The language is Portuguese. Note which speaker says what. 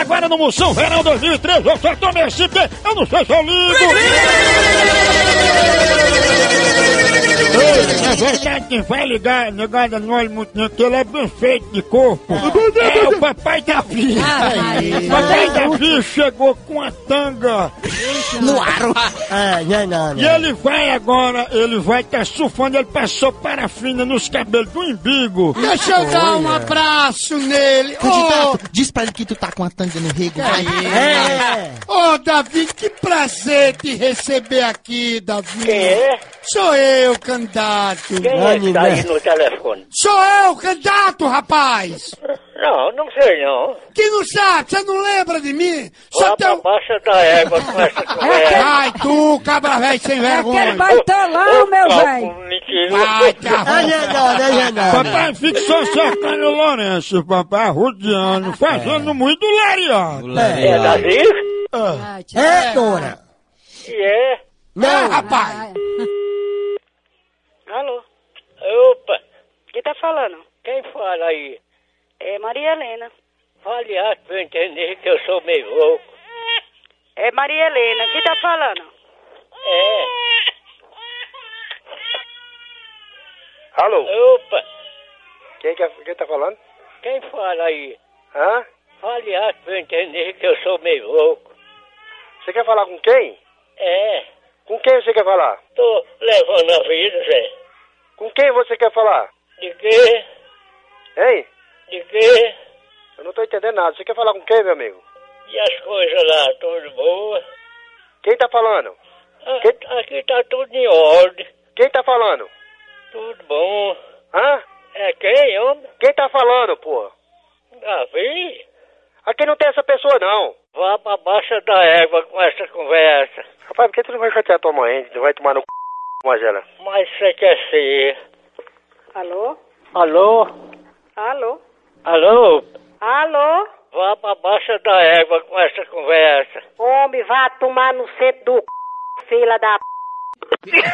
Speaker 1: agora no Moção Verão 2013, eu só tomei esse pé, eu não sei se eu ligo. Ei, Na verdade, é quem vai ligar, negada, não olha muito, não, que ele é bem feito de corpo. É o papai da filha. papai da filha chegou com a tanga.
Speaker 2: No aro.
Speaker 3: É, não, não,
Speaker 1: E ele vai agora, ele vai estar surfando, ele passou parafina nos cabelos do umbigo.
Speaker 4: Deixa eu dar um abraço nele. Ô,
Speaker 2: Candidato, diz pra ele que tu tá com a tanga no rego. vai.
Speaker 3: É,
Speaker 4: oh, Davi, que prazer te receber aqui, Davi.
Speaker 5: Quem é?
Speaker 4: Sou eu, candidato.
Speaker 5: Quem é que tá aí no telefone?
Speaker 4: Sou eu, candidato, rapaz.
Speaker 5: Não, não sei não.
Speaker 4: Que não sabe, você não lembra de mim? Só um-
Speaker 5: Lá pra tá
Speaker 4: teu...
Speaker 5: baixa da égua com essa conversa.
Speaker 4: Ai, tu, cabra velho
Speaker 5: É
Speaker 4: sem
Speaker 6: Aquele
Speaker 4: vergonha.
Speaker 6: baitolão, meu velho.
Speaker 4: Vai,
Speaker 5: velho.
Speaker 4: tá.
Speaker 3: não, não, não, não.
Speaker 1: Papai fica só cercando o Lourenço, papai, rodeando, fazendo muito lariado.
Speaker 5: É Davi?
Speaker 6: Ai, tchau.
Speaker 3: É, dona.
Speaker 5: E é?
Speaker 4: É,
Speaker 3: Não,
Speaker 4: rapaz.
Speaker 6: Ai.
Speaker 7: Alô,
Speaker 5: Opa,
Speaker 7: quem tá falando?
Speaker 5: quem fala aí?
Speaker 7: É Maria Helena.
Speaker 5: Fale alto pra eu entender que eu sou meio louco.
Speaker 7: É Maria Helena, quem tá falando?
Speaker 5: É.
Speaker 8: Alô,
Speaker 5: Opa,
Speaker 8: quem, que, quem tá falando?
Speaker 5: quem fala aí?
Speaker 8: Hã?
Speaker 5: Fale alto pra eu entender que eu sou meio louco.
Speaker 8: Você quer falar com quem?
Speaker 5: É,
Speaker 8: Com quem você quer falar?
Speaker 5: tô levando a vida, Zé.
Speaker 8: Com quem você quer falar?
Speaker 5: De quê?
Speaker 8: Hein?
Speaker 5: De quê?
Speaker 8: Eu não tô entendendo nada. Você quer falar com quem, meu amigo?
Speaker 5: E as coisas lá, tudo boa?
Speaker 8: Quem tá falando?
Speaker 5: Ah,
Speaker 8: Que-
Speaker 5: Aqui tá tudo em ordem,
Speaker 8: Quem tá falando?
Speaker 5: tudo bom.
Speaker 8: Hã?
Speaker 5: É quem, homem?
Speaker 8: Quem tá falando, porra?
Speaker 5: Davi?
Speaker 8: Aqui não tem essa pessoa, não.
Speaker 5: Vá pra baixa da égua com essa conversa.
Speaker 8: Rapaz, por que tu não vai chatear tua mãe? hein? Tu vai tomar no c... Magela.
Speaker 5: Mas você quer ser.
Speaker 7: Alô?
Speaker 5: Alô?
Speaker 7: Alô?
Speaker 5: Alô?
Speaker 7: Alô?
Speaker 5: Vá pra baixa da égua com essa conversa.
Speaker 7: Homem, vá tomar no centro do c... fila da p...